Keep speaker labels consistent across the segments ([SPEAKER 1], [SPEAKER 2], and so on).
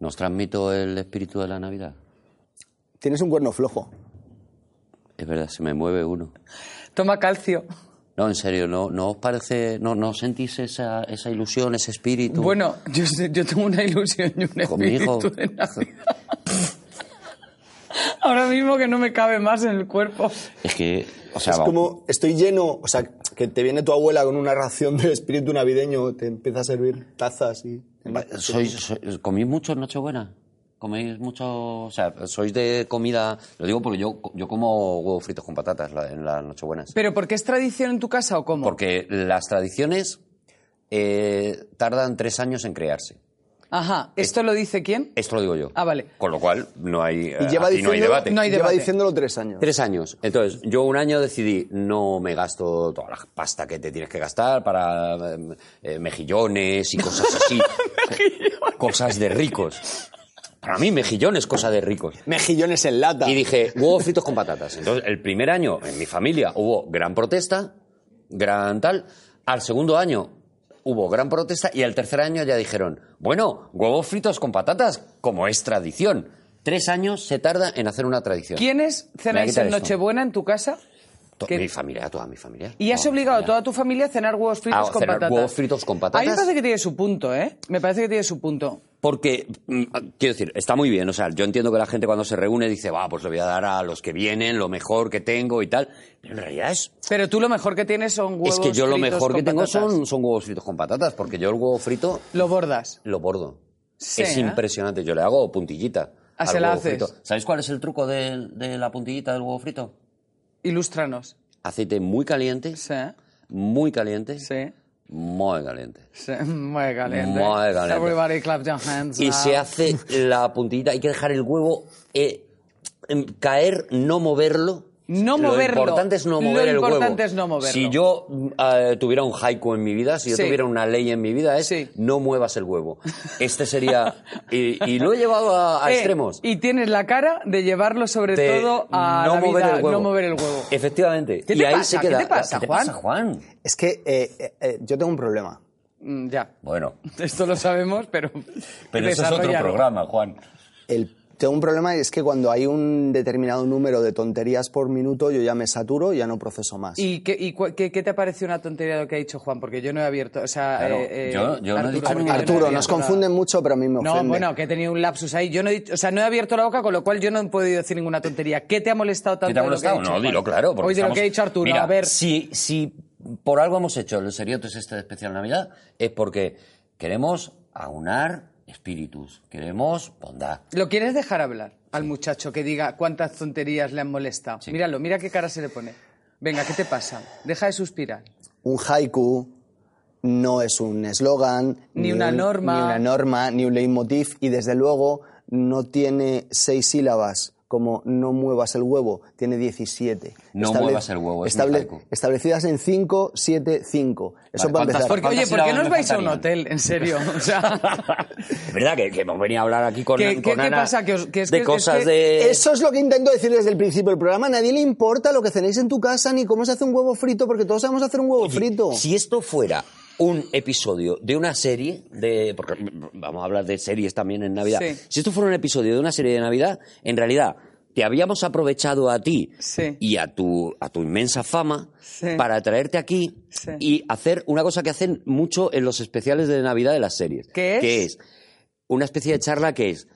[SPEAKER 1] ¿Nos transmito el espíritu de la Navidad?
[SPEAKER 2] Tienes un cuerno flojo.
[SPEAKER 1] Es verdad, se me mueve uno.
[SPEAKER 3] Toma calcio.
[SPEAKER 1] No, en serio, ¿no, no os parece, no, no sentís esa, esa ilusión, ese espíritu?
[SPEAKER 3] Bueno, yo, sé- yo tengo una ilusión y un
[SPEAKER 1] Conmigo.
[SPEAKER 3] espíritu de Navidad. Ahora mismo que no me cabe más en el cuerpo.
[SPEAKER 1] Es que, o sea,
[SPEAKER 2] es
[SPEAKER 1] va-
[SPEAKER 2] como, estoy lleno, o sea, que te viene tu abuela con una ración de espíritu navideño, te empieza a servir tazas y...
[SPEAKER 1] sois, sois- ¿comís mucho en Nochebuena? ¿Coméis mucho? O sea, ¿sois de comida? Lo digo porque yo, yo como huevos fritos con patatas la- en las Nochebuenas.
[SPEAKER 3] ¿Pero porque es tradición en tu casa o cómo?
[SPEAKER 1] Porque las tradiciones eh, tardan tres años en crearse.
[SPEAKER 3] Ajá, ¿esto lo dice quién?
[SPEAKER 1] Esto lo digo yo.
[SPEAKER 3] Ah, vale.
[SPEAKER 1] Con lo cual, no hay,
[SPEAKER 2] Y
[SPEAKER 1] eh,
[SPEAKER 2] lleva
[SPEAKER 1] aquí no hay
[SPEAKER 2] diciéndolo-
[SPEAKER 1] debate.
[SPEAKER 3] No hay
[SPEAKER 2] lleva
[SPEAKER 3] debate.
[SPEAKER 2] diciéndolo tres años.
[SPEAKER 1] Tres años. Entonces, yo un año decidí, no me gasto toda la pasta que te tienes que gastar para eh, eh, mejillones y cosas así. cosas de ricos. Para mí, mejillones, cosa de ricos.
[SPEAKER 2] Mejillones en lata.
[SPEAKER 1] Y dije, huevos fritos con patatas. Entonces, el primer año en mi familia hubo gran protesta, gran tal. Al segundo año hubo gran protesta y al tercer año ya dijeron, bueno, huevos fritos con patatas, como es tradición. Tres años se tarda en hacer una tradición.
[SPEAKER 3] ¿Quiénes cenáis
[SPEAKER 1] quitar
[SPEAKER 3] en
[SPEAKER 1] esto.
[SPEAKER 3] Nochebuena en tu casa?
[SPEAKER 1] To-
[SPEAKER 3] ¿Qué?
[SPEAKER 1] Mi familia, toda mi familia.
[SPEAKER 3] Y has
[SPEAKER 1] Toda mi
[SPEAKER 3] obligado a
[SPEAKER 1] familia.
[SPEAKER 3] toda tu familia a cenar huevos fritos
[SPEAKER 1] A
[SPEAKER 3] con
[SPEAKER 1] Ah, cenar
[SPEAKER 3] patatas.
[SPEAKER 1] huevos fritos con
[SPEAKER 3] A mí me
[SPEAKER 1] patatas.
[SPEAKER 3] parece que tiene su punto, ¿eh? Me parece que tiene su punto.
[SPEAKER 1] Porque, mm, quiero decir, está muy bien. O sea, yo entiendo que la gente cuando se reúne dice, va, pues le voy a dar a los que vienen lo mejor que tengo y tal. Pero en realidad es
[SPEAKER 3] Pero tú lo mejor que tienes son huevos
[SPEAKER 1] Es que yo lo
[SPEAKER 3] fritos
[SPEAKER 1] mejor que
[SPEAKER 3] con
[SPEAKER 1] tengo
[SPEAKER 3] patatas.
[SPEAKER 1] son, son huevos fritos con patatas, porque yo el huevo frito
[SPEAKER 3] Lo bordas.
[SPEAKER 1] lo bordo.
[SPEAKER 3] Sí,
[SPEAKER 1] es
[SPEAKER 3] ¿eh?
[SPEAKER 1] impresionante. Yo le hago puntillita.
[SPEAKER 3] Ah,
[SPEAKER 1] al
[SPEAKER 3] se la
[SPEAKER 1] huevo
[SPEAKER 3] haces.
[SPEAKER 1] frito. ¿Sabéis cuál es el truco de, de la puntillita del huevo frito?
[SPEAKER 3] Ilústranos.
[SPEAKER 1] Aceite muy caliente,
[SPEAKER 3] Sí,
[SPEAKER 1] muy caliente,
[SPEAKER 3] sí.
[SPEAKER 1] muy caliente.
[SPEAKER 3] sí. Muy caliente.
[SPEAKER 1] Muy caliente.
[SPEAKER 3] Everybody clap your hands.
[SPEAKER 1] Y
[SPEAKER 3] now.
[SPEAKER 1] se hace la puntillita. Hay que dejar el huevo eh, em, caer, no moverlo.
[SPEAKER 3] No moverlo.
[SPEAKER 1] Lo importante es no
[SPEAKER 3] Lo
[SPEAKER 1] mover el huevo.
[SPEAKER 3] importante es no moverlo.
[SPEAKER 1] Si yo mm, eh, tuviera un haiku en mi vida, si yo
[SPEAKER 3] Sí.
[SPEAKER 1] tuviera una ley en mi vida, es
[SPEAKER 3] Sí.
[SPEAKER 1] no muevas el huevo. Este sería... y, y lo he llevado a, a
[SPEAKER 3] Eh,
[SPEAKER 1] extremos.
[SPEAKER 3] Y tienes la cara de llevarlo sobre
[SPEAKER 1] De
[SPEAKER 3] todo a
[SPEAKER 1] no
[SPEAKER 3] la
[SPEAKER 1] mover
[SPEAKER 3] vida,
[SPEAKER 1] el huevo.
[SPEAKER 3] no mover el huevo.
[SPEAKER 1] Efectivamente.
[SPEAKER 3] ¿Qué
[SPEAKER 1] y
[SPEAKER 3] te
[SPEAKER 1] ahí
[SPEAKER 3] pasa?
[SPEAKER 1] se
[SPEAKER 3] ¿Qué
[SPEAKER 1] queda.
[SPEAKER 3] te pasa,
[SPEAKER 1] ¿Qué te
[SPEAKER 3] Juan?
[SPEAKER 1] pasa, Juan?
[SPEAKER 2] Es que eh, eh, eh, yo tengo un problema.
[SPEAKER 3] Mm, ya.
[SPEAKER 1] Bueno,
[SPEAKER 3] Esto lo sabemos, pero.
[SPEAKER 1] pero eso es otro
[SPEAKER 3] desarrollalo.
[SPEAKER 1] programa, Juan.
[SPEAKER 2] El- tengo un problema y es que cuando hay un determinado número de tonterías por minuto, yo ya me saturo, ya no proceso más.
[SPEAKER 3] ¿Y, qué, y cua- qué, qué te ha parecido una tontería lo que ha dicho Juan? Porque yo no he abierto. O sea,
[SPEAKER 1] Claro,
[SPEAKER 3] eh, eh,
[SPEAKER 1] yo- yo no he dicho
[SPEAKER 3] porque
[SPEAKER 1] nada.
[SPEAKER 3] yo he
[SPEAKER 2] Arturo,
[SPEAKER 3] abierto
[SPEAKER 2] nos
[SPEAKER 3] la-
[SPEAKER 2] confunden mucho, pero a mí me
[SPEAKER 3] No,
[SPEAKER 2] ofende.
[SPEAKER 3] bueno, que he tenido un lapsus ahí. Yo no he dicho- o sea, no he abierto la boca, con lo cual yo no he podido decir ninguna tontería. ¿Qué te ha molestado tanto?
[SPEAKER 1] ¿Qué te ha
[SPEAKER 3] de lo que
[SPEAKER 1] molestado?
[SPEAKER 3] ha dicho
[SPEAKER 1] no,
[SPEAKER 3] Juan?
[SPEAKER 1] dilo claro. porque
[SPEAKER 3] Oye, de lo
[SPEAKER 1] estamos-
[SPEAKER 3] que ha dicho Arturo,
[SPEAKER 1] Mira,
[SPEAKER 3] a ver.
[SPEAKER 1] Si, si por algo hemos hecho el Seriotes este de especial Navidad, es porque queremos aunar espíritus, queremos bondad.
[SPEAKER 3] ¿Lo quieres dejar hablar al muchacho que diga cuántas tonterías le han molestado?
[SPEAKER 1] Sí.
[SPEAKER 3] Míralo, mira qué cara se le pone. Venga, ¿qué te pasa? Deja de suspirar.
[SPEAKER 2] Un haiku no es un eslogan,
[SPEAKER 3] Ni una
[SPEAKER 2] un-
[SPEAKER 3] norma.
[SPEAKER 2] ni una norma, ni un leitmotiv, y desde luego no tiene seis sílabas como no muevas el huevo, tiene 17.
[SPEAKER 1] No muevas el huevo, es mi haiku.
[SPEAKER 2] Establecidas en 5, 7, 5. Eso
[SPEAKER 1] Vale,
[SPEAKER 2] para
[SPEAKER 1] ¿cuántas-
[SPEAKER 2] empezar.
[SPEAKER 3] Porque, oye, ¿por qué
[SPEAKER 1] sílabas
[SPEAKER 3] no os
[SPEAKER 1] me
[SPEAKER 3] vais a un
[SPEAKER 1] faltarían?
[SPEAKER 3] hotel? En serio. O sea,
[SPEAKER 1] ¿Verdad? Que, que hemos venido a hablar aquí con,
[SPEAKER 3] ¿Qué-
[SPEAKER 1] con
[SPEAKER 3] qué- qué
[SPEAKER 1] Ana
[SPEAKER 3] pasa? Que os- que es
[SPEAKER 1] de
[SPEAKER 3] que-
[SPEAKER 1] cosas
[SPEAKER 3] es que-
[SPEAKER 1] de...
[SPEAKER 2] Eso es lo que intento decir desde el principio del programa. A nadie le importa lo que cenéis en tu casa ni cómo se hace un huevo frito, porque todos sabemos hacer un huevo frito.
[SPEAKER 1] Si esto fuera un episodio de una serie de porque vamos a hablar de series también en Navidad.
[SPEAKER 3] Sí.
[SPEAKER 1] Si esto fuera un episodio de una serie de Navidad, en realidad te habíamos aprovechado a ti
[SPEAKER 3] Sí.
[SPEAKER 1] y a tu a tu inmensa fama
[SPEAKER 3] Sí.
[SPEAKER 1] para traerte aquí
[SPEAKER 3] Sí.
[SPEAKER 1] y hacer una cosa que hacen mucho en los especiales de Navidad de las series,
[SPEAKER 3] ¿Qué es?
[SPEAKER 1] que es una especie de charla que es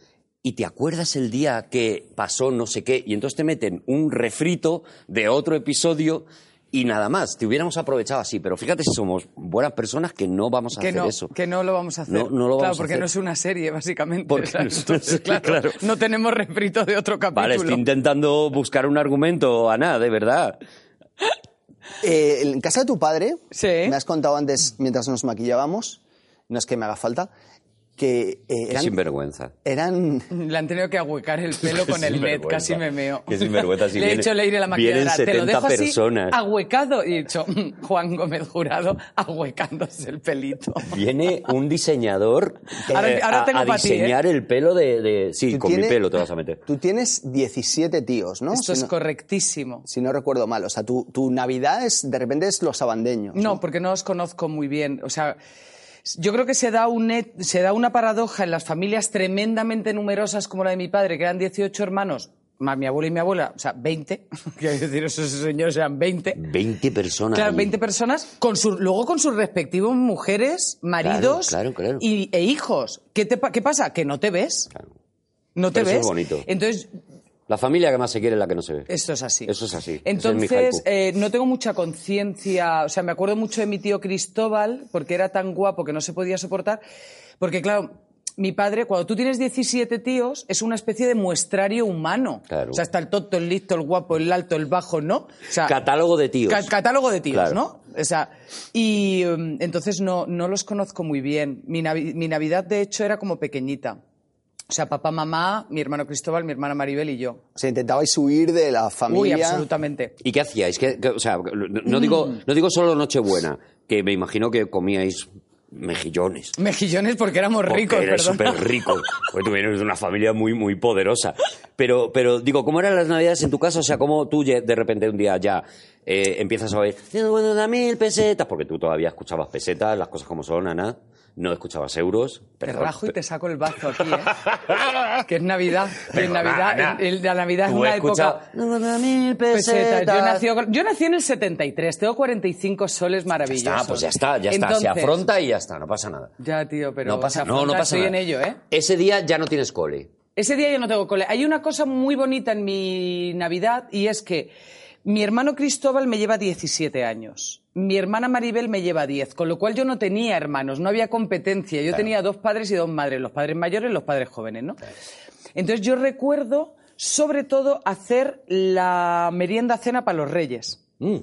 [SPEAKER 1] y te acuerdas el día que pasó no sé qué y entonces te meten un refrito de otro episodio y nada más. Te hubiéramos aprovechado así, pero fíjate si somos buenas personas que no vamos a
[SPEAKER 3] que
[SPEAKER 1] hacer
[SPEAKER 3] no,
[SPEAKER 1] eso.
[SPEAKER 3] que no lo vamos a hacer.
[SPEAKER 1] No, no lo
[SPEAKER 3] claro,
[SPEAKER 1] vamos a
[SPEAKER 3] porque
[SPEAKER 1] hacer.
[SPEAKER 3] no es una serie, básicamente.
[SPEAKER 1] Porque
[SPEAKER 3] ¿sabes?
[SPEAKER 1] no es una
[SPEAKER 3] Entonces,
[SPEAKER 1] serie, claro.
[SPEAKER 3] No tenemos refrito de otro capítulo.
[SPEAKER 1] Vale, estoy intentando buscar un argumento, Ana, de verdad.
[SPEAKER 2] Eh, en casa de tu padre,
[SPEAKER 3] Sí.
[SPEAKER 2] me has contado antes, mientras nos maquillábamos, no es que me haga falta, que eh,
[SPEAKER 1] Qué
[SPEAKER 2] eran,
[SPEAKER 1] sinvergüenza.
[SPEAKER 2] eran
[SPEAKER 3] Le han tenido que ahuecar el pelo con
[SPEAKER 1] Qué
[SPEAKER 3] el net,
[SPEAKER 1] sinvergüenza.
[SPEAKER 3] casi me meo.
[SPEAKER 1] Qué sinvergüenza, si
[SPEAKER 3] le he
[SPEAKER 1] viene-
[SPEAKER 3] dicho Leire a la
[SPEAKER 1] vienen
[SPEAKER 3] maquilladora, te lo
[SPEAKER 1] 70
[SPEAKER 3] dejo así,
[SPEAKER 1] personas".
[SPEAKER 3] ahuecado. Y he dicho, "Mm, Juan Gómez Jurado, ahuecándose el pelito.
[SPEAKER 1] Viene un diseñador
[SPEAKER 3] Ahora-
[SPEAKER 1] eh,
[SPEAKER 3] ahora
[SPEAKER 1] a-
[SPEAKER 3] tengo
[SPEAKER 1] a,
[SPEAKER 3] pa' ti, ¿eh?
[SPEAKER 1] diseñar el pelo de... de- Sí,
[SPEAKER 2] Tú
[SPEAKER 1] con mi
[SPEAKER 2] tienes-
[SPEAKER 1] pelo te vas a meter.
[SPEAKER 2] Tú tienes 17 tíos, ¿no?
[SPEAKER 3] Esto
[SPEAKER 2] si,
[SPEAKER 3] es
[SPEAKER 2] no
[SPEAKER 3] correctísimo.
[SPEAKER 2] si no recuerdo mal. O sea, tu, tu Navidad es, de repente es los abandeños.
[SPEAKER 3] No, porque no os conozco muy bien. O sea, yo creo que se da, un et- se da una paradoja en las familias tremendamente numerosas como la de mi padre, que eran 18 hermanos, más mi abuelo y mi abuela, o sea, 20. Quiero decir, esos señores eran 20.
[SPEAKER 1] 20 personas.
[SPEAKER 3] Claro,
[SPEAKER 1] allí.
[SPEAKER 3] 20 personas, con sus- luego con sus respectivos mujeres, maridos
[SPEAKER 1] Claro, claro, claro.
[SPEAKER 3] Y, e hijos. ¿Qué, te pa- qué pasa? Que no te ves.
[SPEAKER 1] Claro.
[SPEAKER 3] No te
[SPEAKER 1] Pero eso
[SPEAKER 3] ves.
[SPEAKER 1] es bonito.
[SPEAKER 3] Entonces,
[SPEAKER 1] La familia que más se quiere es la que no se ve.
[SPEAKER 3] esto es así.
[SPEAKER 1] Eso es así. Ese es mi
[SPEAKER 3] Entonces,
[SPEAKER 1] haiku.
[SPEAKER 3] eh, no tengo mucha conciencia. O sea, me acuerdo mucho de mi tío Cristóbal, porque era tan guapo que no se podía soportar. Porque, claro, mi padre, cuando tú tienes 17 tíos, es una especie de muestrario humano.
[SPEAKER 1] Claro.
[SPEAKER 3] O sea, está el tonto, el listo, el guapo, el alto, el bajo, ¿no? O sea,
[SPEAKER 1] Catálogo de tíos.
[SPEAKER 3] Ca- catálogo de tíos,
[SPEAKER 1] Claro.
[SPEAKER 3] ¿no? O sea, y um, entonces no, no los conozco muy bien. Mi, navi- mi Navidad, de hecho, era como pequeñita. O sea, papá, mamá, mi hermano Cristóbal, mi hermana Maribel y yo.
[SPEAKER 2] O sea, intentabais huir de la
[SPEAKER 3] Uy,
[SPEAKER 2] familia.
[SPEAKER 3] absolutamente.
[SPEAKER 1] ¿Y qué hacíais? ¿Qué- qué- o sea, no no digo,
[SPEAKER 3] Mm.
[SPEAKER 1] no digo solo Nochebuena, que me imagino que comíais mejillones.
[SPEAKER 3] Mejillones porque éramos ricos,
[SPEAKER 1] Porque eres
[SPEAKER 3] perdón.
[SPEAKER 1] súper rico. Porque tú vienes de una familia muy, muy poderosa. Pero, pero digo, ¿cómo eran las navidades en tu casa? O sea, ¿cómo tú ye- de repente un día ya eh, empiezas a oír, "Tío, bueno, da mil pesetas? Porque tú todavía escuchabas pesetas, las cosas como son, Ana. No escuchabas euros.
[SPEAKER 3] Te
[SPEAKER 1] Perdón.
[SPEAKER 3] rajo y te saco el bazo aquí, ¿eh? que es Navidad. Y en
[SPEAKER 1] Perdona,
[SPEAKER 3] Navidad,
[SPEAKER 1] Ana.
[SPEAKER 3] el- el- la Navidad es
[SPEAKER 1] Tú
[SPEAKER 3] una
[SPEAKER 1] escuchabas,
[SPEAKER 3] época...
[SPEAKER 1] "No, da mil
[SPEAKER 3] Pesetas.
[SPEAKER 1] pesetas".
[SPEAKER 3] Yo, nací, yo nací en el 73, tengo 45 soles
[SPEAKER 1] Ya
[SPEAKER 3] maravillosos.
[SPEAKER 1] está, pues ya está, ya está. Se
[SPEAKER 3] Entonces-
[SPEAKER 1] afronta y ya está, no pasa nada.
[SPEAKER 3] Ya, tío, pero
[SPEAKER 1] no pasa,
[SPEAKER 3] se
[SPEAKER 1] no, no
[SPEAKER 3] afronta,
[SPEAKER 1] pasa
[SPEAKER 3] estoy
[SPEAKER 1] nada.
[SPEAKER 3] en ello, ¿eh?
[SPEAKER 1] Ese día ya no tienes cole.
[SPEAKER 3] Ese día yo no tengo cole. Hay una cosa muy bonita en mi Navidad y es que mi hermano Cristóbal me lleva 17 años. Mi hermana Maribel me lleva 10, con lo cual yo no tenía hermanos, no había competencia. Yo tenía dos padres y dos madres, los padres mayores y los padres jóvenes, ¿no? Entonces yo recuerdo, sobre todo, hacer la merienda cena para los reyes.
[SPEAKER 1] Mm.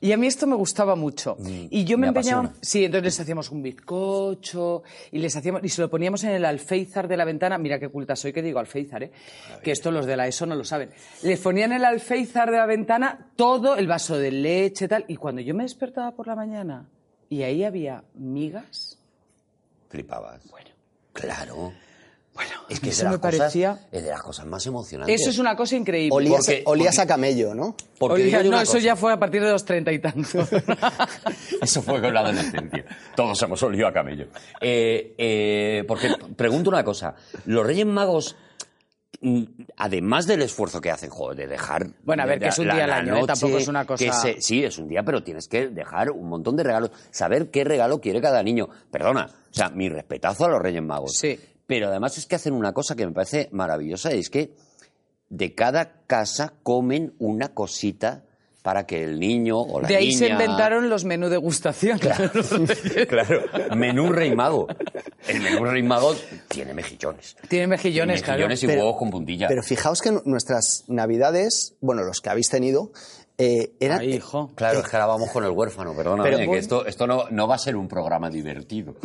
[SPEAKER 3] Y a mí esto me gustaba mucho. y yo me,
[SPEAKER 1] me
[SPEAKER 3] empeñaba.
[SPEAKER 1] apasiona.
[SPEAKER 3] Sí, entonces les hacíamos un bizcocho y les hacíamos y se lo poníamos en el alféizar de la ventana. Mira qué culta soy que digo alféizar, ¿eh? Que esto los de la ESO no lo saben. Les ponían en el alféizar de la ventana todo el vaso de leche tal y cuando yo me despertaba por la mañana y ahí había migas.
[SPEAKER 1] Flipabas.
[SPEAKER 3] Bueno,
[SPEAKER 1] Claro.
[SPEAKER 3] bueno,
[SPEAKER 1] Es que es de,
[SPEAKER 3] eso
[SPEAKER 1] las
[SPEAKER 3] me parecía
[SPEAKER 1] cosas, es de las cosas más emocionantes.
[SPEAKER 3] Eso es una cosa increíble.
[SPEAKER 2] Olías,
[SPEAKER 1] Porque-
[SPEAKER 2] olías
[SPEAKER 1] porque-
[SPEAKER 2] a camello, ¿no?
[SPEAKER 1] Porque
[SPEAKER 3] Oye,
[SPEAKER 1] digo yo
[SPEAKER 3] no,
[SPEAKER 1] una
[SPEAKER 3] eso
[SPEAKER 1] cosa.
[SPEAKER 3] ya fue a partir de los treinta y tantos.
[SPEAKER 1] Eso fue con la adolescencia. Todos hemos olido a camello. Eh, eh, porque pregunto una cosa. Los Reyes Magos, mm, además del esfuerzo que hacen, joder, de dejar.
[SPEAKER 3] Bueno, a ver,
[SPEAKER 1] de-
[SPEAKER 3] que es un día al año, ¿eh? Tampoco es una cosa-
[SPEAKER 1] que se- sí, es un día, pero tienes que dejar un montón de regalos. Saber qué regalo quiere cada niño. Perdona, o sea, mi respetazo a los Reyes Magos.
[SPEAKER 3] Sí.
[SPEAKER 1] Pero además es que hacen una cosa que me parece maravillosa y es que de cada casa comen una cosita para que el niño o la
[SPEAKER 3] de ahí
[SPEAKER 1] niña...
[SPEAKER 3] se inventaron los menú degustación.
[SPEAKER 1] Claro, menú rey mago. El menú rey mago tiene mejillones.
[SPEAKER 3] Tiene mejillones, claro.
[SPEAKER 1] mejillones y
[SPEAKER 2] Pero-
[SPEAKER 1] huevos con puntilla.
[SPEAKER 2] Pero fijaos que nu- nuestras Navidades, bueno, los que habéis tenido, eh, eran.
[SPEAKER 3] Ay, hijo.
[SPEAKER 1] Claro, es que ahora vamos con el huérfano, perdóname,
[SPEAKER 2] Pero-
[SPEAKER 1] que esto, esto no, no va a ser un programa divertido.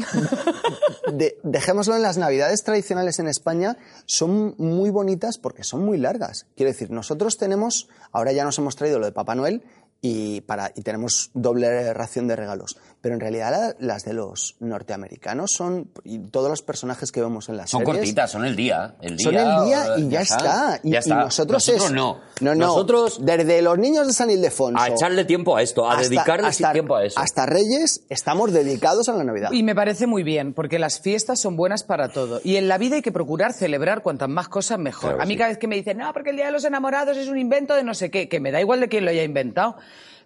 [SPEAKER 2] de- dejémoslo en las navidades tradicionales en España, son muy bonitas porque son muy largas. Quiero decir, nosotros tenemos, ahora ya nos hemos traído lo de Papá Noel y, para, y tenemos doble ración de regalos, pero en realidad la- las de los norteamericanos son, y todos los personajes que vemos en las
[SPEAKER 1] Son
[SPEAKER 2] series,
[SPEAKER 1] cortitas, son el día. el
[SPEAKER 2] Son el día
[SPEAKER 1] eh,
[SPEAKER 2] y ya, está.
[SPEAKER 1] está,
[SPEAKER 2] Y,
[SPEAKER 1] ya
[SPEAKER 2] y
[SPEAKER 1] está.
[SPEAKER 2] nosotros, es-
[SPEAKER 1] no.
[SPEAKER 2] No, no.
[SPEAKER 1] Nosotros
[SPEAKER 2] desde los niños de San Ildefonso.
[SPEAKER 1] a echarle tiempo a esto, a
[SPEAKER 2] hasta-
[SPEAKER 1] dedicarle
[SPEAKER 2] hasta-
[SPEAKER 1] tiempo a eso.
[SPEAKER 2] Hasta Reyes estamos dedicados a la Navidad.
[SPEAKER 3] Y me parece muy bien, porque las fiestas son buenas para todo. Y en la vida hay que procurar celebrar cuantas más cosas mejor.
[SPEAKER 1] Claro que
[SPEAKER 3] a mí
[SPEAKER 1] sí.
[SPEAKER 3] cada vez que me dicen, no, porque el Día de los Enamorados es un invento de no sé qué, que me da igual de quién lo haya inventado.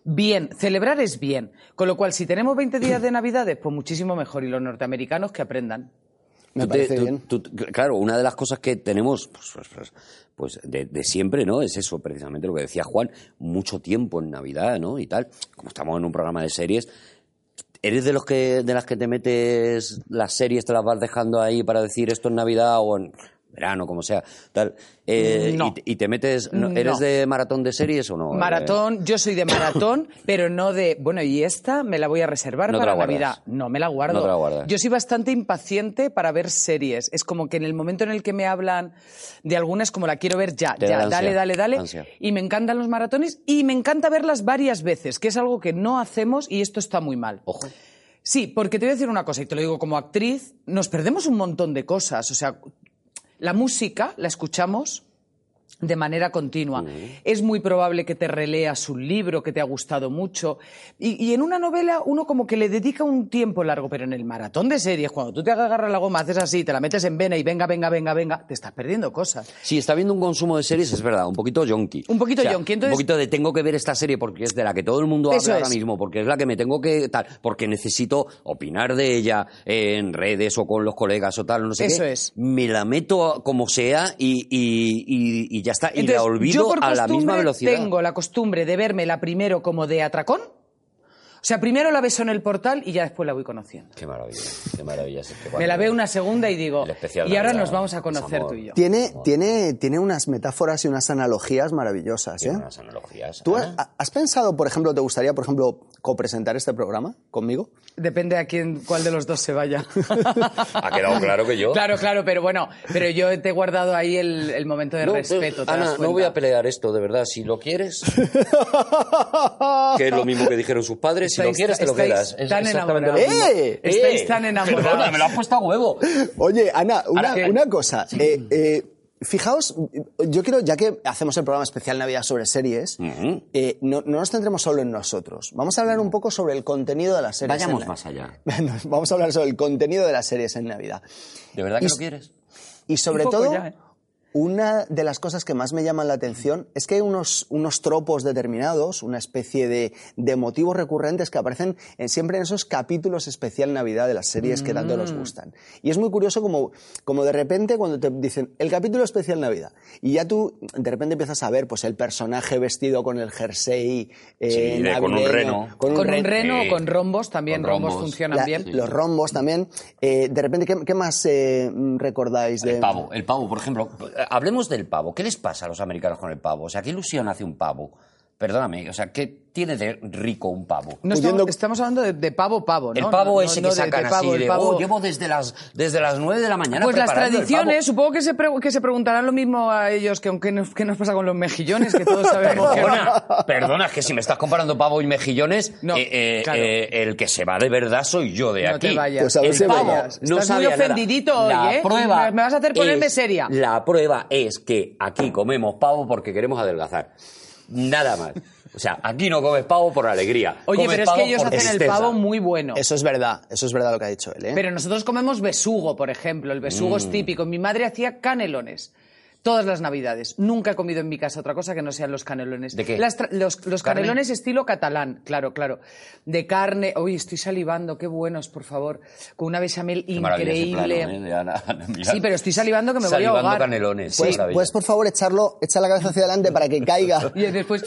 [SPEAKER 3] Bien, celebrar es bien. Con lo cual, si tenemos 20 días de Navidades, pues muchísimo mejor. Y los norteamericanos que aprendan.
[SPEAKER 2] Me
[SPEAKER 1] tú te-
[SPEAKER 2] parece
[SPEAKER 1] tú-
[SPEAKER 2] bien.
[SPEAKER 1] tú- claro, una de las cosas que tenemos pues, pues, pues, pues, de, de siempre, ¿no? Es eso, precisamente lo que decía Juan, mucho tiempo en Navidad, ¿no? Y tal, como estamos en un programa de series, ¿eres de los que de las que te metes las series, te las vas dejando ahí para decir esto en Navidad o en verano, como sea, tal? Eh,
[SPEAKER 3] Mm, No. Mm,
[SPEAKER 1] y, y te metes, no, ¿eres
[SPEAKER 3] No.
[SPEAKER 1] de maratón de series o no?
[SPEAKER 3] Maratón, yo soy de maratón, pero no de, bueno, y esta me la voy a reservar
[SPEAKER 1] No te
[SPEAKER 3] para
[SPEAKER 1] la guardas.
[SPEAKER 3] Navidad. No me la guardo.
[SPEAKER 1] No te la guardas.
[SPEAKER 3] Yo soy bastante impaciente para ver series. Es como que en el momento en el que me hablan de algunas, como la quiero ver ya,
[SPEAKER 1] Te
[SPEAKER 3] ya,
[SPEAKER 1] da ansia,
[SPEAKER 3] dale, dale, dale.
[SPEAKER 1] ansia.
[SPEAKER 3] Y me encantan los maratones y me encanta verlas varias veces, que es algo que no hacemos y esto está muy mal.
[SPEAKER 1] Ojo.
[SPEAKER 3] Sí, porque te voy a decir una cosa, y te lo digo como actriz, nos perdemos un montón de cosas. O sea, la música la escuchamos de manera continua. Es muy probable que te releas un libro que te ha gustado mucho. Y, y en una novela uno como que le dedica un tiempo largo, pero en el maratón de series, cuando tú te agarras la goma, haces así, te la metes en vena y venga, venga, venga, venga, te estás perdiendo cosas.
[SPEAKER 1] Sí, está habiendo un consumo de series, es verdad, un poquito yonki.
[SPEAKER 3] Un poquito yonki, entonces-
[SPEAKER 1] Un poquito de tengo que ver esta serie porque es de la que todo el mundo
[SPEAKER 3] Eso
[SPEAKER 1] habla ahora
[SPEAKER 3] es.
[SPEAKER 1] mismo, porque es la que me tengo que tal, porque necesito opinar de ella en redes o con los colegas o tal, no sé
[SPEAKER 3] Eso
[SPEAKER 1] qué.
[SPEAKER 3] es.
[SPEAKER 1] Me la meto como sea y, y- y- y ya está. y
[SPEAKER 3] Entonces,
[SPEAKER 1] la
[SPEAKER 3] yo
[SPEAKER 1] olvido
[SPEAKER 3] por
[SPEAKER 1] a la misma
[SPEAKER 3] costumbre
[SPEAKER 1] velocidad.
[SPEAKER 3] Tengo la costumbre de vérmela primero como de atracón. O sea, primero la beso en el portal y ya después la voy conociendo.
[SPEAKER 1] Qué maravilla, qué maravilla. es que
[SPEAKER 3] Me
[SPEAKER 1] cuando-
[SPEAKER 3] la veo una segunda y digo,
[SPEAKER 1] El especial
[SPEAKER 3] y ahora
[SPEAKER 1] Navidad,
[SPEAKER 3] nos vamos a
[SPEAKER 1] es
[SPEAKER 3] conocer
[SPEAKER 1] amor.
[SPEAKER 3] tú y yo.
[SPEAKER 2] Tiene, tiene, tiene unas metáforas y unas analogías maravillosas,
[SPEAKER 1] Tiene
[SPEAKER 2] ¿eh?
[SPEAKER 1] unas analogías.
[SPEAKER 2] ¿Tú
[SPEAKER 1] Ah,
[SPEAKER 2] ha- has pensado, por ejemplo, te gustaría, por ejemplo, copresentar este programa conmigo?
[SPEAKER 3] Depende a quién, cuál de los dos se vaya.
[SPEAKER 1] Ha quedado claro que yo.
[SPEAKER 3] Claro, claro, pero bueno, pero yo te he guardado ahí el, el momento de
[SPEAKER 1] No,
[SPEAKER 3] respeto. ¿te
[SPEAKER 1] Ana,
[SPEAKER 3] das cuenta?
[SPEAKER 1] no voy a pelear esto, de verdad. Si lo quieres, que es lo mismo que dijeron sus padres, si lo
[SPEAKER 3] Estáis-
[SPEAKER 1] quieres, te lo
[SPEAKER 3] estáis
[SPEAKER 1] quedas. Es
[SPEAKER 3] tan
[SPEAKER 1] exactamente lo
[SPEAKER 3] enamorados.
[SPEAKER 1] mismo.
[SPEAKER 2] ¡Eh!
[SPEAKER 3] Estáis tan enamorados.
[SPEAKER 1] Perdona, me lo has puesto a huevo.
[SPEAKER 2] Oye, Ana, una,
[SPEAKER 1] Ahora que-
[SPEAKER 2] una cosa. eh, eh, fijaos, yo quiero, ya que hacemos el programa especial Navidad sobre series,
[SPEAKER 1] Ujú.
[SPEAKER 2] eh, no, no nos centremos solo en nosotros. Vamos a hablar un poco sobre el contenido de las series. en
[SPEAKER 1] Vayamos
[SPEAKER 2] la-
[SPEAKER 1] más allá.
[SPEAKER 2] Nos- Vamos a hablar sobre el contenido de las series en Navidad.
[SPEAKER 1] ¿De verdad que
[SPEAKER 2] Y-
[SPEAKER 1] lo quieres?
[SPEAKER 2] Y sobre
[SPEAKER 3] poco
[SPEAKER 2] todo,
[SPEAKER 3] ya, ¿eh?
[SPEAKER 2] una de las cosas que más me llaman la atención es que hay unos, unos tropos determinados, una especie de, de motivos recurrentes que aparecen en- siempre en esos capítulos especial Navidad de las series que tanto
[SPEAKER 1] Mm.
[SPEAKER 2] nos gustan. Y es muy curioso como, como de repente cuando te dicen el capítulo especial Navidad y ya tú de repente empiezas a ver pues el personaje vestido con el jersey eh,
[SPEAKER 1] Sí, de- con un
[SPEAKER 2] navideño,
[SPEAKER 1] reno.
[SPEAKER 2] Con un
[SPEAKER 3] Con
[SPEAKER 2] reno.
[SPEAKER 3] un reno
[SPEAKER 1] Sí.
[SPEAKER 3] o con rombos también,
[SPEAKER 1] Con
[SPEAKER 3] rombos,
[SPEAKER 1] rombos.
[SPEAKER 3] funcionan
[SPEAKER 2] La-
[SPEAKER 3] bien.
[SPEAKER 2] Los rombos también. Eh, de repente, ¿qué, qué más eh, recordáis de...?
[SPEAKER 1] El pavo, el pavo, por ejemplo. Hablemos del pavo. ¿Qué les pasa a los americanos con el pavo? O sea, ¿qué ilusión hace un pavo? Perdóname, o sea, ¿qué tiene de rico un pavo?
[SPEAKER 3] No
[SPEAKER 2] Pudiendo-
[SPEAKER 3] estamos, estamos hablando de, de pavo, pavo, ¿no?
[SPEAKER 1] El pavo
[SPEAKER 3] No,
[SPEAKER 1] ese
[SPEAKER 3] no
[SPEAKER 1] que
[SPEAKER 3] de- de
[SPEAKER 1] sacan
[SPEAKER 3] pavo,
[SPEAKER 1] así
[SPEAKER 3] el
[SPEAKER 1] de,
[SPEAKER 3] pavo-
[SPEAKER 1] "Oh, llevo desde las, desde las 9 de la mañana
[SPEAKER 3] Pues las
[SPEAKER 1] preparando el pavo".
[SPEAKER 3] tradiciones, supongo que se pre- que se preguntarán lo mismo a ellos que aunque nos, que nos pasa con los mejillones, que todos sabemos que
[SPEAKER 1] Perdona, perdona, es que si me estás comparando pavo y mejillones,
[SPEAKER 3] No,
[SPEAKER 1] eh, eh,
[SPEAKER 3] claro.
[SPEAKER 1] eh, el que se va de verdad soy yo de
[SPEAKER 3] No
[SPEAKER 1] aquí.
[SPEAKER 3] te vayas. Pues
[SPEAKER 2] a ver
[SPEAKER 1] el
[SPEAKER 2] si
[SPEAKER 1] pavo
[SPEAKER 2] vayas.
[SPEAKER 1] no
[SPEAKER 3] Estás muy
[SPEAKER 1] sabía nada.
[SPEAKER 3] ofendidito hoy,
[SPEAKER 1] La
[SPEAKER 3] ¿eh?
[SPEAKER 1] prueba
[SPEAKER 3] Me- me vas a hacer ponerme
[SPEAKER 1] es-
[SPEAKER 3] seria.
[SPEAKER 1] La prueba es que aquí comemos pavo porque queremos adelgazar. Nada más. O sea, aquí no comes pavo por alegría.
[SPEAKER 3] Oye,
[SPEAKER 1] comes
[SPEAKER 3] pero es que
[SPEAKER 1] pavo
[SPEAKER 3] ellos
[SPEAKER 1] por
[SPEAKER 3] hacen el
[SPEAKER 1] tristeza.
[SPEAKER 3] pavo muy bueno.
[SPEAKER 2] Eso es verdad, eso es verdad lo que ha dicho él. ¿eh?
[SPEAKER 3] Pero nosotros comemos besugo, por ejemplo. El besugo
[SPEAKER 1] Mm.
[SPEAKER 3] es típico. Mi madre hacía canelones. Todas las navidades. Nunca he comido en mi casa otra cosa que no sean los canelones.
[SPEAKER 1] ¿De qué?
[SPEAKER 3] Las tra- los los
[SPEAKER 1] ¿Carne?
[SPEAKER 3] canelones estilo catalán, claro, claro. De carne. Uy, estoy salivando, qué buenos, por favor. Con una bechamel
[SPEAKER 1] Qué maravilla ese plano,
[SPEAKER 3] increíble.
[SPEAKER 1] ¿eh? de Ana- Ana, mira.
[SPEAKER 3] Sí, pero estoy salivando que me voy a
[SPEAKER 1] Salivando
[SPEAKER 3] ahogar.
[SPEAKER 1] canelones.
[SPEAKER 2] Pues,
[SPEAKER 1] Qué maravilla.
[SPEAKER 2] pues, por favor, echarlo, echa la cabeza hacia adelante para que caiga.
[SPEAKER 3] Y después.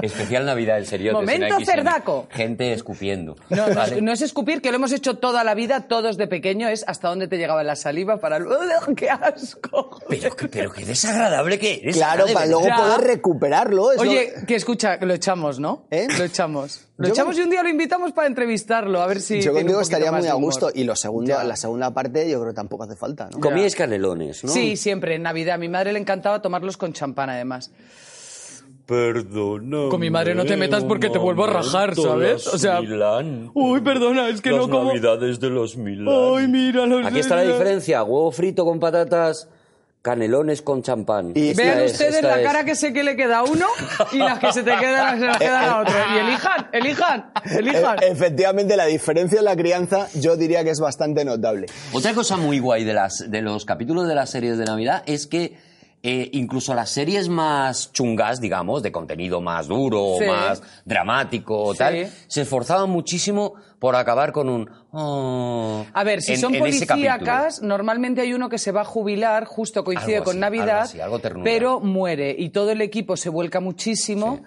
[SPEAKER 1] Especial Navidad, en serio.
[SPEAKER 3] Momento cerdaco.
[SPEAKER 1] Gente escupiendo.
[SPEAKER 3] No, no,
[SPEAKER 1] Vale.
[SPEAKER 3] es, no es escupir, que lo hemos hecho toda la vida, todos de pequeño, es hasta dónde te llegaba la saliva para. luego ¡Qué asco!
[SPEAKER 1] Pero, que- pero qué desagradable que eres.
[SPEAKER 2] Claro,
[SPEAKER 1] Ana, de
[SPEAKER 2] para luego
[SPEAKER 1] verdad.
[SPEAKER 2] poder recuperarlo. es lo-
[SPEAKER 3] Oye, que escucha, que lo echamos, ¿no?
[SPEAKER 2] ¿Eh?
[SPEAKER 3] Lo echamos. Lo
[SPEAKER 2] Yo
[SPEAKER 3] echamos
[SPEAKER 2] con-
[SPEAKER 3] y un día lo invitamos para entrevistarlo, a ver si.
[SPEAKER 2] yo
[SPEAKER 3] tiene un
[SPEAKER 2] contigo
[SPEAKER 3] poquito
[SPEAKER 2] estaría
[SPEAKER 3] más
[SPEAKER 2] muy
[SPEAKER 3] de
[SPEAKER 2] a
[SPEAKER 3] humor.
[SPEAKER 2] gusto. Y lo segundo,
[SPEAKER 3] Ya.
[SPEAKER 2] la segunda parte yo creo que tampoco hace falta, ¿no?
[SPEAKER 1] Comíais canelones, ¿no?
[SPEAKER 3] Sí, siempre, en Navidad. A mi madre le encantaba tomarlos con champán, además.
[SPEAKER 1] Perdona.
[SPEAKER 3] Con mi madre no te metas porque te vuelvo a rajar, ¿sabes? O sea. Uy, perdona, es que no como.
[SPEAKER 1] navidades de los Milán.
[SPEAKER 3] Ay, mira, los
[SPEAKER 1] Aquí está la
[SPEAKER 3] Milán.
[SPEAKER 1] diferencia. Huevo frito con patatas, canelones con champán.
[SPEAKER 2] Y-
[SPEAKER 1] Esta
[SPEAKER 3] Vean
[SPEAKER 1] es,
[SPEAKER 3] ustedes
[SPEAKER 1] esta
[SPEAKER 3] la
[SPEAKER 1] es.
[SPEAKER 3] cara que sé que le queda a uno y las que se te quedan, se las
[SPEAKER 2] Eh,
[SPEAKER 3] quedan a otro. Y elijan, elijan, elijan.
[SPEAKER 2] E- efectivamente, la diferencia en la crianza yo diría que es bastante notable.
[SPEAKER 1] Otra cosa muy guay de, las, de los capítulos de las series de Navidad es que eh, incluso las series más chungas, digamos, de contenido más duro,
[SPEAKER 3] Sí.
[SPEAKER 1] más dramático, o
[SPEAKER 3] Sí.
[SPEAKER 1] tal, se esforzaban muchísimo por acabar con un... "Oh",
[SPEAKER 3] A ver, si
[SPEAKER 1] en-
[SPEAKER 3] son
[SPEAKER 1] en ese capítulo.
[SPEAKER 3] policíacas, normalmente hay uno que se va a jubilar, justo coincide
[SPEAKER 1] Algo
[SPEAKER 3] con
[SPEAKER 1] así,
[SPEAKER 3] Navidad,
[SPEAKER 1] algo así, algo ternura.
[SPEAKER 3] pero muere y todo el equipo se vuelca muchísimo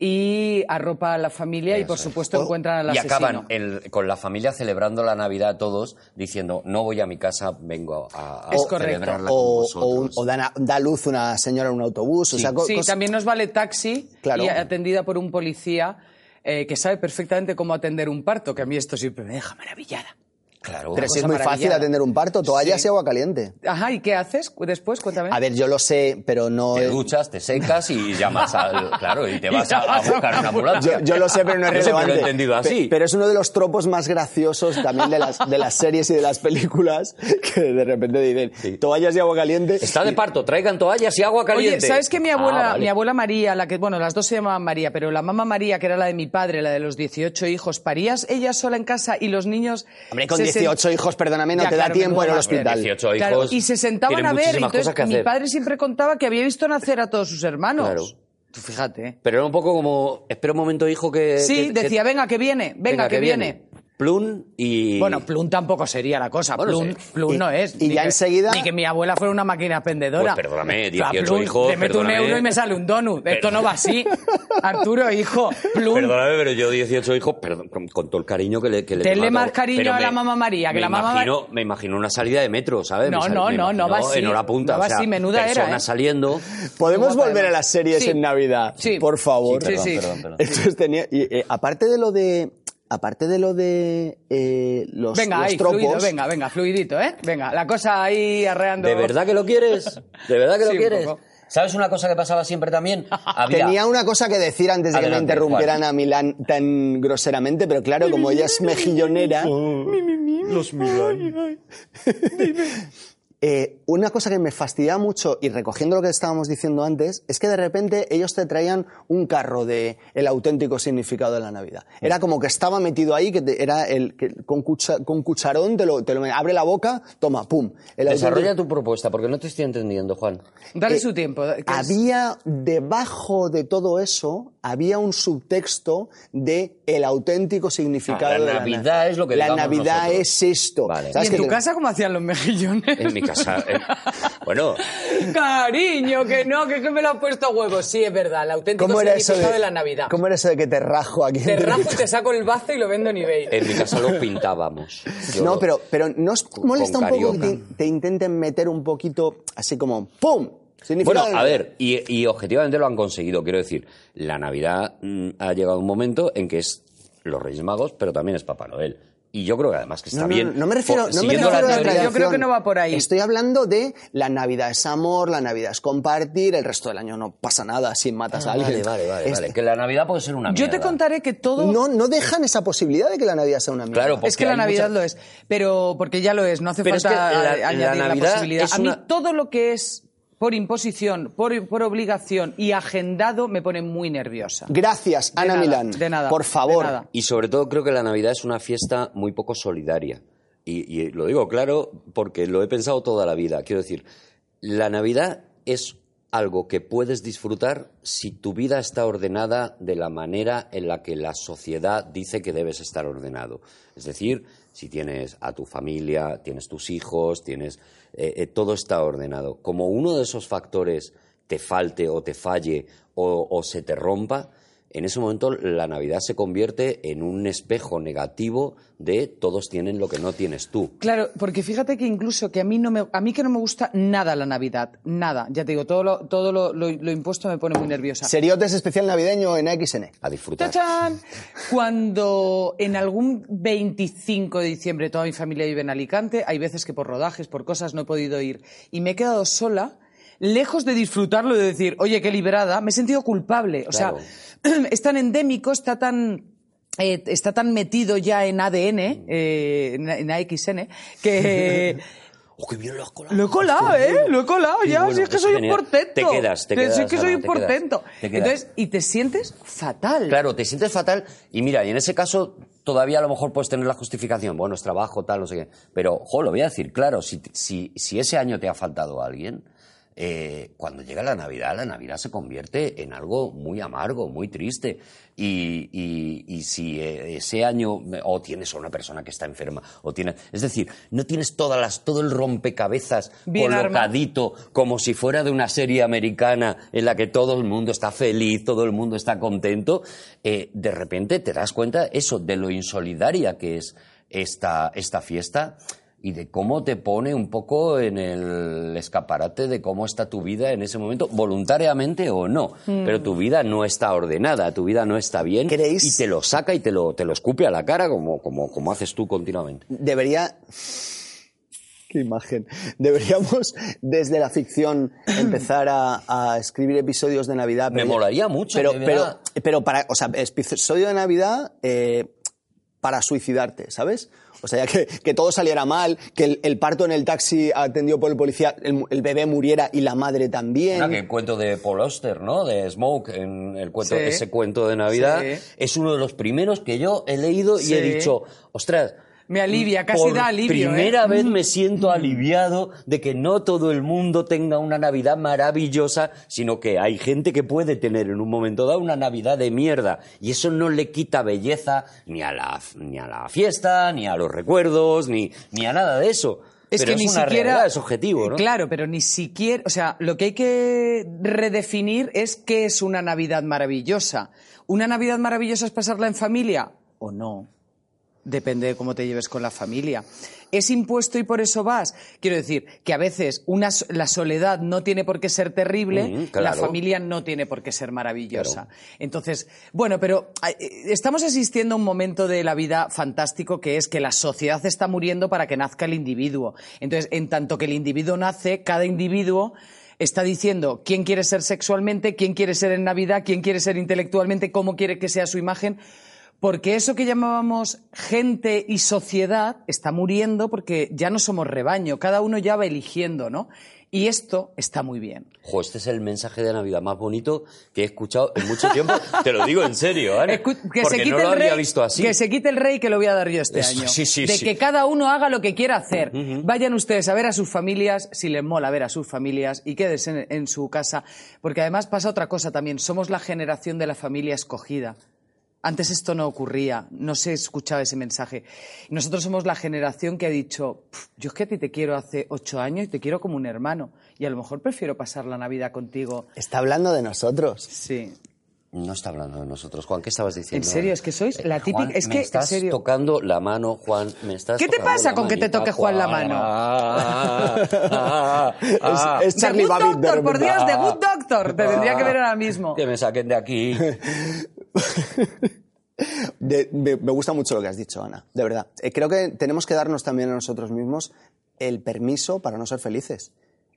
[SPEAKER 3] y arropa a la familia y
[SPEAKER 1] Eso
[SPEAKER 3] por
[SPEAKER 1] es.
[SPEAKER 3] supuesto encuentran al
[SPEAKER 1] Y
[SPEAKER 3] asesino.
[SPEAKER 1] acaban eh, el- con la familia celebrando la Navidad todos, diciendo, no voy a mi casa, vengo a, a
[SPEAKER 3] Es correcto.
[SPEAKER 1] celebrarla con
[SPEAKER 2] O, o,
[SPEAKER 1] vosotros".
[SPEAKER 2] un- o dan a- da luz una señora en un autobús. O sea, co-
[SPEAKER 3] Sí,
[SPEAKER 2] cos-
[SPEAKER 3] también nos vale taxi
[SPEAKER 2] Claro.
[SPEAKER 3] y atendida por un policía eh, que sabe perfectamente cómo atender un parto, que a mí esto siempre me deja maravillada.
[SPEAKER 1] Claro.
[SPEAKER 2] Pero si
[SPEAKER 3] cosa
[SPEAKER 2] es muy fácil
[SPEAKER 3] maravillada.
[SPEAKER 2] atender un parto, toallas y
[SPEAKER 3] Sí.
[SPEAKER 2] agua caliente.
[SPEAKER 3] Ajá, ¿y qué haces después? Cuéntame.
[SPEAKER 2] A ver, yo lo sé, pero no...
[SPEAKER 1] Te
[SPEAKER 2] es-
[SPEAKER 1] duchas, te secas y llamas al. Claro, y te vas a, a buscar una
[SPEAKER 2] Yo,
[SPEAKER 1] ambulancia.
[SPEAKER 2] yo lo sé, pero no es
[SPEAKER 1] Yo siempre
[SPEAKER 2] relevante.
[SPEAKER 1] lo he entendido
[SPEAKER 2] Pe-
[SPEAKER 1] así.
[SPEAKER 2] pero es uno de los tropos más graciosos también de las, de las series y de las películas que de repente dicen toallas y agua caliente.
[SPEAKER 1] Está de parto, traigan toallas y agua caliente.
[SPEAKER 3] Oye, ¿sabes que mi abuela,
[SPEAKER 1] Ah, vale.
[SPEAKER 3] mi abuela María, la que, bueno, las dos se llamaban María, pero la mamá María, que era la de mi padre, la de los 18 hijos, parías ella sola en casa y los niños.
[SPEAKER 2] Hombre, con
[SPEAKER 3] se sent-
[SPEAKER 2] 18 hijos, perdóname, no
[SPEAKER 3] Ya,
[SPEAKER 2] te da
[SPEAKER 3] claro,
[SPEAKER 2] tiempo
[SPEAKER 3] menudo
[SPEAKER 2] en el
[SPEAKER 3] madre.
[SPEAKER 2] hospital.
[SPEAKER 1] 18 hijos.
[SPEAKER 3] Claro, y se sentaban
[SPEAKER 1] tienen
[SPEAKER 3] a ver, y
[SPEAKER 1] muchísimas
[SPEAKER 3] entonces
[SPEAKER 1] cosas que
[SPEAKER 3] mi
[SPEAKER 1] hacer.
[SPEAKER 3] padre siempre contaba que había visto nacer a todos sus hermanos.
[SPEAKER 1] Claro.
[SPEAKER 3] Tú fíjate. ¿eh?
[SPEAKER 1] Pero era un poco como. Espera un momento, hijo,
[SPEAKER 2] Eh,
[SPEAKER 1] que.
[SPEAKER 3] Sí,
[SPEAKER 1] que- que-
[SPEAKER 3] decía, venga, que viene, venga, que, viene.
[SPEAKER 1] Plun y.
[SPEAKER 3] Bueno, Plum tampoco sería la cosa.
[SPEAKER 1] Bueno,
[SPEAKER 3] Plum,
[SPEAKER 1] sí.
[SPEAKER 3] Plum
[SPEAKER 2] Y-
[SPEAKER 3] no es.
[SPEAKER 2] y
[SPEAKER 3] Ni
[SPEAKER 2] ya
[SPEAKER 3] que-
[SPEAKER 2] enseguida-
[SPEAKER 3] Ni que mi abuela fuera una máquina expendedora.
[SPEAKER 1] Pues perdóname,
[SPEAKER 3] Yo a
[SPEAKER 1] 18
[SPEAKER 3] Plum
[SPEAKER 1] hijos,
[SPEAKER 3] Le meto un
[SPEAKER 1] perdóname.
[SPEAKER 3] euro y me sale un donut. Esto
[SPEAKER 1] Perdón-
[SPEAKER 3] no va así. Arturo, hijo, Plum.
[SPEAKER 1] Perdóname, pero yo 18 hijos, perdón, con, con todo el cariño que le que le
[SPEAKER 3] Tenle
[SPEAKER 1] tengo a
[SPEAKER 3] más
[SPEAKER 1] todo.
[SPEAKER 3] cariño
[SPEAKER 1] Pero
[SPEAKER 3] a
[SPEAKER 1] me-
[SPEAKER 3] la mamá María, que
[SPEAKER 1] me
[SPEAKER 3] la mamá-
[SPEAKER 1] Imagino, me imagino una salida de metro, ¿sabes?
[SPEAKER 3] No,
[SPEAKER 1] Me sal-
[SPEAKER 3] no,
[SPEAKER 1] me
[SPEAKER 3] no, no va
[SPEAKER 1] imagino
[SPEAKER 3] así,
[SPEAKER 1] En hora punta,
[SPEAKER 3] no va
[SPEAKER 1] o sea,
[SPEAKER 3] así, menuda era,
[SPEAKER 1] personas
[SPEAKER 3] ¿eh?
[SPEAKER 1] saliendo.
[SPEAKER 2] Podemos
[SPEAKER 3] Guapa,
[SPEAKER 2] volver a
[SPEAKER 3] además.
[SPEAKER 2] las series
[SPEAKER 3] Sí.
[SPEAKER 2] en Navidad,
[SPEAKER 3] Sí.
[SPEAKER 2] por favor.
[SPEAKER 3] Sí, sí.
[SPEAKER 2] Entonces tenía- y, eh, aparte de lo de, aparte de lo de eh, los,
[SPEAKER 3] Venga,
[SPEAKER 2] los
[SPEAKER 3] ahí,
[SPEAKER 2] tropos,
[SPEAKER 3] fluido, venga, venga, fluidito, ¿eh? Venga, la cosa ahí arreando.
[SPEAKER 1] ¿De verdad que lo quieres? ¿De verdad que
[SPEAKER 3] Sí,
[SPEAKER 1] lo
[SPEAKER 3] un
[SPEAKER 1] quieres?
[SPEAKER 3] poco.
[SPEAKER 1] ¿Sabes una cosa que pasaba siempre también? Había-
[SPEAKER 2] tenía una cosa que decir antes de
[SPEAKER 1] Adelante,
[SPEAKER 2] que me interrumpieran a Milán tan groseramente, pero claro, como ella es mejillonera,
[SPEAKER 1] Los Milán.
[SPEAKER 2] eh, una cosa que me fastidiaba mucho y recogiendo lo que estábamos diciendo antes, es que de repente ellos te traían un carro de el auténtico significado de la Navidad. Era como que estaba metido ahí, que te- era el que con, cucha- con cucharón te lo, te lo- abre la boca, toma, pum. El
[SPEAKER 1] Desarrolla
[SPEAKER 2] auténtico-
[SPEAKER 1] tu propuesta, porque no te estoy entendiendo, Juan.
[SPEAKER 3] Dale
[SPEAKER 2] Eh,
[SPEAKER 3] su tiempo. que es-
[SPEAKER 2] Había debajo de todo eso, había un subtexto de el auténtico significado
[SPEAKER 1] Ah, la
[SPEAKER 2] de la
[SPEAKER 1] Navidad
[SPEAKER 2] Navidad.
[SPEAKER 1] es lo que
[SPEAKER 2] La
[SPEAKER 1] digamos
[SPEAKER 2] Navidad
[SPEAKER 1] nosotros.
[SPEAKER 2] es esto.
[SPEAKER 1] Vale.
[SPEAKER 3] ¿Y
[SPEAKER 2] ¿Sabes
[SPEAKER 3] en
[SPEAKER 2] qué
[SPEAKER 3] tu
[SPEAKER 2] te-
[SPEAKER 3] casa cómo hacían los mejillones?
[SPEAKER 1] En mi casa. eh, Bueno,
[SPEAKER 3] Cariño, que no, que, que me lo han puesto a huevo. Sí, es verdad, el auténtico
[SPEAKER 2] ¿Cómo era, eso
[SPEAKER 3] significado
[SPEAKER 2] de,
[SPEAKER 3] de... la Navidad.
[SPEAKER 2] ¿Cómo era eso de que te rajo aquí?
[SPEAKER 3] Te
[SPEAKER 2] entre-
[SPEAKER 3] rapo y te saco el bazo y lo vendo en eBay.
[SPEAKER 1] en mi casa lo pintábamos. Yo
[SPEAKER 2] No,
[SPEAKER 1] lo-
[SPEAKER 2] pero, pero ¿no os molesta un poco que te,
[SPEAKER 1] carioca.
[SPEAKER 2] te intenten meter un poquito así como ¡pum!
[SPEAKER 1] Bueno,
[SPEAKER 2] Significado de
[SPEAKER 1] a
[SPEAKER 2] Navidad?
[SPEAKER 1] ver, y, y objetivamente lo han conseguido. Quiero decir, la Navidad mm, ha llegado un momento en que es los Reyes Magos, pero también es Papá Noel. Y yo creo que además que está
[SPEAKER 2] No, no,
[SPEAKER 1] bien.
[SPEAKER 2] no, no me refiero,
[SPEAKER 1] por-
[SPEAKER 2] no me
[SPEAKER 1] siguiendo
[SPEAKER 2] refiero a la
[SPEAKER 1] teoría-
[SPEAKER 2] tradición.
[SPEAKER 3] Yo creo que no va por ahí.
[SPEAKER 2] Estoy hablando de la Navidad es amor, la Navidad es compartir, el resto del año no pasa nada si matas a
[SPEAKER 1] Ah,
[SPEAKER 2] alguien.
[SPEAKER 1] Vale, vale, vale,
[SPEAKER 2] Es-
[SPEAKER 1] vale, Que la Navidad puede ser una
[SPEAKER 3] Yo te
[SPEAKER 1] mierda.
[SPEAKER 3] contaré que todo...
[SPEAKER 2] No, no dejan esa posibilidad de que la Navidad sea una mierda.
[SPEAKER 1] Claro, porque
[SPEAKER 3] es que la
[SPEAKER 1] hay
[SPEAKER 3] Navidad
[SPEAKER 1] mucha-
[SPEAKER 3] lo es, pero porque ya lo es, no hace
[SPEAKER 1] Pero es
[SPEAKER 3] falta
[SPEAKER 1] que la-
[SPEAKER 3] a-
[SPEAKER 1] la
[SPEAKER 3] añadir la,
[SPEAKER 1] Navidad
[SPEAKER 3] posibilidad.
[SPEAKER 1] es
[SPEAKER 3] A mí
[SPEAKER 1] una-
[SPEAKER 3] todo lo que es por imposición, por, por obligación y agendado me pone muy nerviosa.
[SPEAKER 2] Gracias,
[SPEAKER 3] De
[SPEAKER 2] Ana
[SPEAKER 3] nada,
[SPEAKER 2] Milán.
[SPEAKER 3] de nada,
[SPEAKER 2] Por
[SPEAKER 3] de
[SPEAKER 2] favor.
[SPEAKER 3] nada.
[SPEAKER 1] Y sobre todo creo que la Navidad es una fiesta muy poco solidaria. Y, y lo digo claro porque lo he pensado toda la vida. Quiero decir, la Navidad es algo que puedes disfrutar si tu vida está ordenada de la manera en la que la sociedad dice que debes estar ordenado. Es decir, si tienes a tu familia, tienes tus hijos, tienes eh, eh, todo está ordenado. Como uno de esos factores te falte o te falle o, o se te rompa, en ese momento la Navidad se convierte en un espejo negativo de todos tienen lo que no tienes tú.
[SPEAKER 3] Claro, porque fíjate que incluso que a mí no me, a mí que no me gusta nada la Navidad, nada. Ya te digo, todo lo, todo lo, lo- lo impuesto me pone muy nerviosa.
[SPEAKER 2] Seriotes especial navideño en AXN.
[SPEAKER 1] A disfrutar.
[SPEAKER 3] ¡Tachán! Cuando en algún 25 de diciembre toda mi familia vive en Alicante, hay veces que por rodajes, por cosas no he podido ir y me he quedado sola. Lejos de disfrutarlo y de decir, oye, qué liberada, me he sentido culpable. O
[SPEAKER 1] Claro.
[SPEAKER 3] sea, es tan endémico, está tan, eh, está tan metido ya en ADN, eh, en, en AXN, que
[SPEAKER 1] ¡Oh, qué bien lo has colado!
[SPEAKER 3] Lo he colado, ¿eh? Lo he colado
[SPEAKER 1] Qué
[SPEAKER 3] ya.
[SPEAKER 1] bueno,
[SPEAKER 3] si es que
[SPEAKER 1] qué
[SPEAKER 3] soy un
[SPEAKER 1] genial.
[SPEAKER 3] portento.
[SPEAKER 1] Te quedas, te
[SPEAKER 3] Si
[SPEAKER 1] quedas.
[SPEAKER 3] es que soy
[SPEAKER 1] Ana, te
[SPEAKER 3] un
[SPEAKER 1] quedas,
[SPEAKER 3] portento.
[SPEAKER 1] te quedas.
[SPEAKER 3] Entonces, y te sientes fatal.
[SPEAKER 1] Claro, te sientes fatal y mira, y en ese caso todavía a lo mejor puedes tener la justificación, bueno, es trabajo, tal, no sé qué. Pero, jo, lo voy a decir, claro, si, si, si ese año te ha faltado alguien, eh, cuando llega la Navidad, la Navidad se convierte en algo muy amargo, muy triste. Y, y- y si eh, ese año me- o tienes a una persona que está enferma, o tienes, es decir, no tienes todas las, todo el rompecabezas
[SPEAKER 3] Bien
[SPEAKER 1] colocadito como si fuera de una serie americana en la que todo el mundo está feliz, todo el mundo está contento, eh, de repente te das cuenta eso de lo insolidaria que es esta, esta fiesta y de cómo te pone un poco en el escaparate de cómo está tu vida en ese momento, voluntariamente o no. Pero tu vida no está ordenada, tu vida no está bien
[SPEAKER 2] ¿Creéis?
[SPEAKER 1] y te lo saca y te lo, te lo escupe a la cara como, como, como haces tú continuamente.
[SPEAKER 2] Debería. Qué imagen. Deberíamos desde la ficción empezar a, a escribir episodios de Navidad.
[SPEAKER 1] Me
[SPEAKER 2] pero-
[SPEAKER 1] molaría mucho,
[SPEAKER 2] Pero,
[SPEAKER 1] de
[SPEAKER 2] pero,
[SPEAKER 1] verdad.
[SPEAKER 2] pero para, o sea, episodio de Navidad eh, para suicidarte, ¿sabes? O sea, ya que, que todo saliera mal, que el, el parto en el taxi atendido por el policía, el, el bebé muriera y la madre también.
[SPEAKER 1] Ah, que el cuento de Paul Auster, ¿no? De Smoke, en el cuento,
[SPEAKER 3] Sí.
[SPEAKER 1] ese cuento de Navidad,
[SPEAKER 3] Sí.
[SPEAKER 1] es uno de los primeros que yo he leído y
[SPEAKER 3] Sí.
[SPEAKER 1] he dicho, ostras.
[SPEAKER 3] Me alivia, casi
[SPEAKER 1] Mm, por
[SPEAKER 3] da alivio,
[SPEAKER 1] Primera
[SPEAKER 3] ¿eh?
[SPEAKER 1] vez me siento aliviado de que no todo el mundo tenga una Navidad maravillosa, sino que hay gente que puede tener en un momento dado una Navidad de mierda. Y eso no le quita belleza ni a la, ni a la fiesta, ni a los recuerdos, ni, ni a nada de eso.
[SPEAKER 3] Es
[SPEAKER 1] Pero
[SPEAKER 3] que
[SPEAKER 1] es
[SPEAKER 3] ni
[SPEAKER 1] una
[SPEAKER 3] siquiera.
[SPEAKER 1] realidad, es objetivo, ¿no?
[SPEAKER 3] Claro, pero ni siquiera. O sea, lo que hay que redefinir es qué es una Navidad maravillosa. ¿Una Navidad maravillosa es pasarla en familia o no? Depende de cómo te lleves con la familia. ¿Es impuesto y por eso vas? Quiero decir que a veces una, so- la soledad no tiene por qué ser terrible,
[SPEAKER 1] Mm,
[SPEAKER 3] la
[SPEAKER 1] claro.
[SPEAKER 3] familia no tiene por qué ser maravillosa. Entonces, bueno, pero ay, eh, estamos asistiendo a un momento de la vida fantástico que es que la sociedad está muriendo para que nazca el individuo. Entonces, en tanto que el individuo nace, cada individuo está diciendo quién quiere ser sexualmente, quién quiere ser en Navidad, quién quiere ser intelectualmente, cómo quiere que sea su imagen. Porque eso que llamábamos gente y sociedad está muriendo porque ya no somos rebaño, cada uno ya va eligiendo, ¿no? Y esto está muy bien.
[SPEAKER 1] Jo, este es el mensaje de Navidad más bonito que he escuchado en mucho tiempo. Te lo digo en serio, Ana.
[SPEAKER 3] Escu- que
[SPEAKER 1] Eh, porque
[SPEAKER 3] se quite
[SPEAKER 1] no lo
[SPEAKER 3] el rey,
[SPEAKER 1] había visto así.
[SPEAKER 3] Que se quite el rey que lo voy a dar yo este
[SPEAKER 1] Eso,
[SPEAKER 3] año.
[SPEAKER 1] sí, sí,
[SPEAKER 3] de
[SPEAKER 1] sí.
[SPEAKER 3] que cada uno haga lo que quiera hacer. Vayan ustedes a ver a sus familias, si les mola ver a sus familias, y quédense en, en su casa. Porque además pasa otra cosa también. Somos la generación de la familia escogida. Antes esto no ocurría, no se escuchaba ese mensaje. Nosotros somos la generación que ha dicho, "Pf, yo es que a ti te quiero hace ocho años y te quiero como un hermano. Y a lo mejor prefiero pasar la Navidad contigo.
[SPEAKER 2] Está hablando de nosotros.
[SPEAKER 3] Sí.
[SPEAKER 1] No está hablando de nosotros, Juan. ¿qué estabas diciendo?
[SPEAKER 3] En serio, es que sois la típica-
[SPEAKER 1] Eh, Juan,
[SPEAKER 3] es
[SPEAKER 1] me
[SPEAKER 3] que, en
[SPEAKER 1] estás
[SPEAKER 3] serio.
[SPEAKER 1] tocando la mano, Juan. Me estás
[SPEAKER 3] ¿Qué te
[SPEAKER 1] tocando
[SPEAKER 3] pasa
[SPEAKER 1] la
[SPEAKER 3] con que te
[SPEAKER 1] manita,
[SPEAKER 3] toque Juan la mano?
[SPEAKER 1] Ah, ah, ah,
[SPEAKER 2] Es- es- Charlie
[SPEAKER 3] The Good
[SPEAKER 2] Babbitt de
[SPEAKER 3] Doctor, por
[SPEAKER 2] repente.
[SPEAKER 3] Dios, The Good Doctor. Te tendría que ver ahora mismo.
[SPEAKER 1] Que me saquen de aquí.
[SPEAKER 2] De- me, me gusta mucho lo que has dicho, Ana, de verdad. Eh, creo que tenemos que darnos también a nosotros mismos el permiso para no ser felices,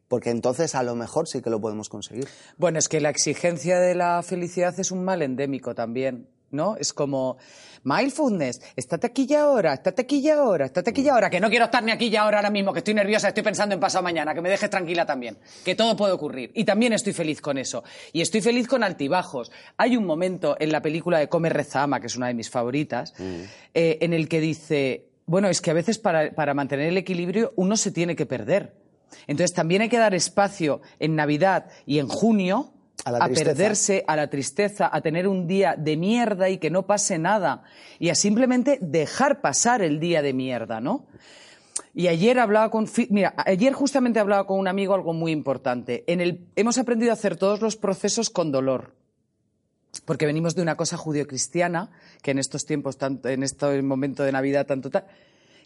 [SPEAKER 2] porque entonces a lo mejor sí que lo podemos conseguir.
[SPEAKER 3] Bueno, es que la exigencia de la felicidad es un mal endémico también, ¿no? Es como mindfulness, estate aquí y ahora, estate aquí y ahora, estate aquí y ahora, que no quiero estar ni aquí y ahora ahora mismo, que estoy nerviosa, estoy pensando en pasado mañana, que me dejes tranquila también, que todo puede ocurrir. Y también estoy feliz con eso. Y estoy feliz con altibajos. Hay un momento en la película de Come, Reza, Ama, que es una de mis favoritas, eh, en el que dice, bueno, es que a veces para- para mantener el equilibrio uno se tiene que perder. Entonces también hay que dar espacio en Navidad y en junio
[SPEAKER 2] A la
[SPEAKER 3] a,
[SPEAKER 2] tristeza.
[SPEAKER 3] perderse, a la tristeza, a tener un día de mierda y que no pase nada. Y a simplemente dejar pasar el día de mierda, ¿no? Y ayer hablaba con. fi- Mira, ayer justamente hablaba con un amigo algo muy importante. En el, hemos aprendido a hacer todos los procesos con dolor. Porque venimos de una cosa judio-cristiana, que en estos tiempos, tanto, en este momento de Navidad, tanto tal,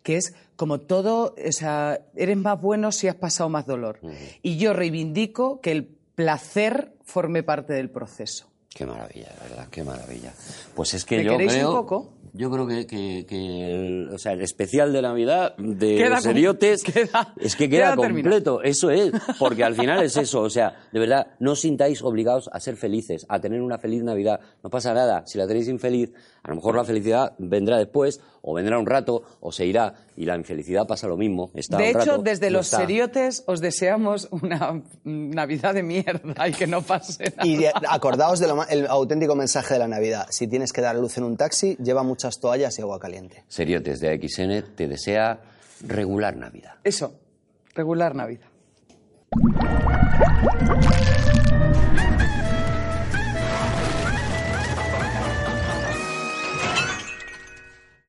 [SPEAKER 3] que es como todo, o sea, eres más bueno si has pasado más dolor. Y yo reivindico que el placer forme parte del proceso.
[SPEAKER 1] Qué maravilla, de ¿verdad? Qué maravilla. Pues es que
[SPEAKER 3] ¿Me
[SPEAKER 1] yo
[SPEAKER 3] queréis un
[SPEAKER 1] creo...
[SPEAKER 3] poco?
[SPEAKER 1] Yo creo que, que- que el, o sea, el especial de Navidad de
[SPEAKER 3] Queda
[SPEAKER 1] los
[SPEAKER 3] com-
[SPEAKER 1] idiotes
[SPEAKER 3] queda-
[SPEAKER 1] es que
[SPEAKER 3] queda
[SPEAKER 1] queda
[SPEAKER 3] terminado.
[SPEAKER 1] completo. Eso es, porque al final es eso. O sea, de verdad, no os sintáis obligados a ser felices, a tener una feliz Navidad. No pasa nada. Si la tenéis infeliz, a lo mejor la felicidad vendrá después, o vendrá un rato, o se irá. Y la infelicidad pasa lo mismo. Está
[SPEAKER 3] de
[SPEAKER 1] un
[SPEAKER 3] hecho,
[SPEAKER 1] rato,
[SPEAKER 3] desde
[SPEAKER 1] no
[SPEAKER 3] los
[SPEAKER 1] está.
[SPEAKER 3] seriotes os deseamos una mm, Navidad de mierda y que no pase nada.
[SPEAKER 2] Y de- acordaos del auténtico mensaje de la Navidad. Si tienes que dar a luz en un taxi, lleva muchas toallas y agua caliente.
[SPEAKER 1] Seriotes de AXN te desea regular Navidad.
[SPEAKER 3] Eso, regular Navidad.
[SPEAKER 4] Navidad.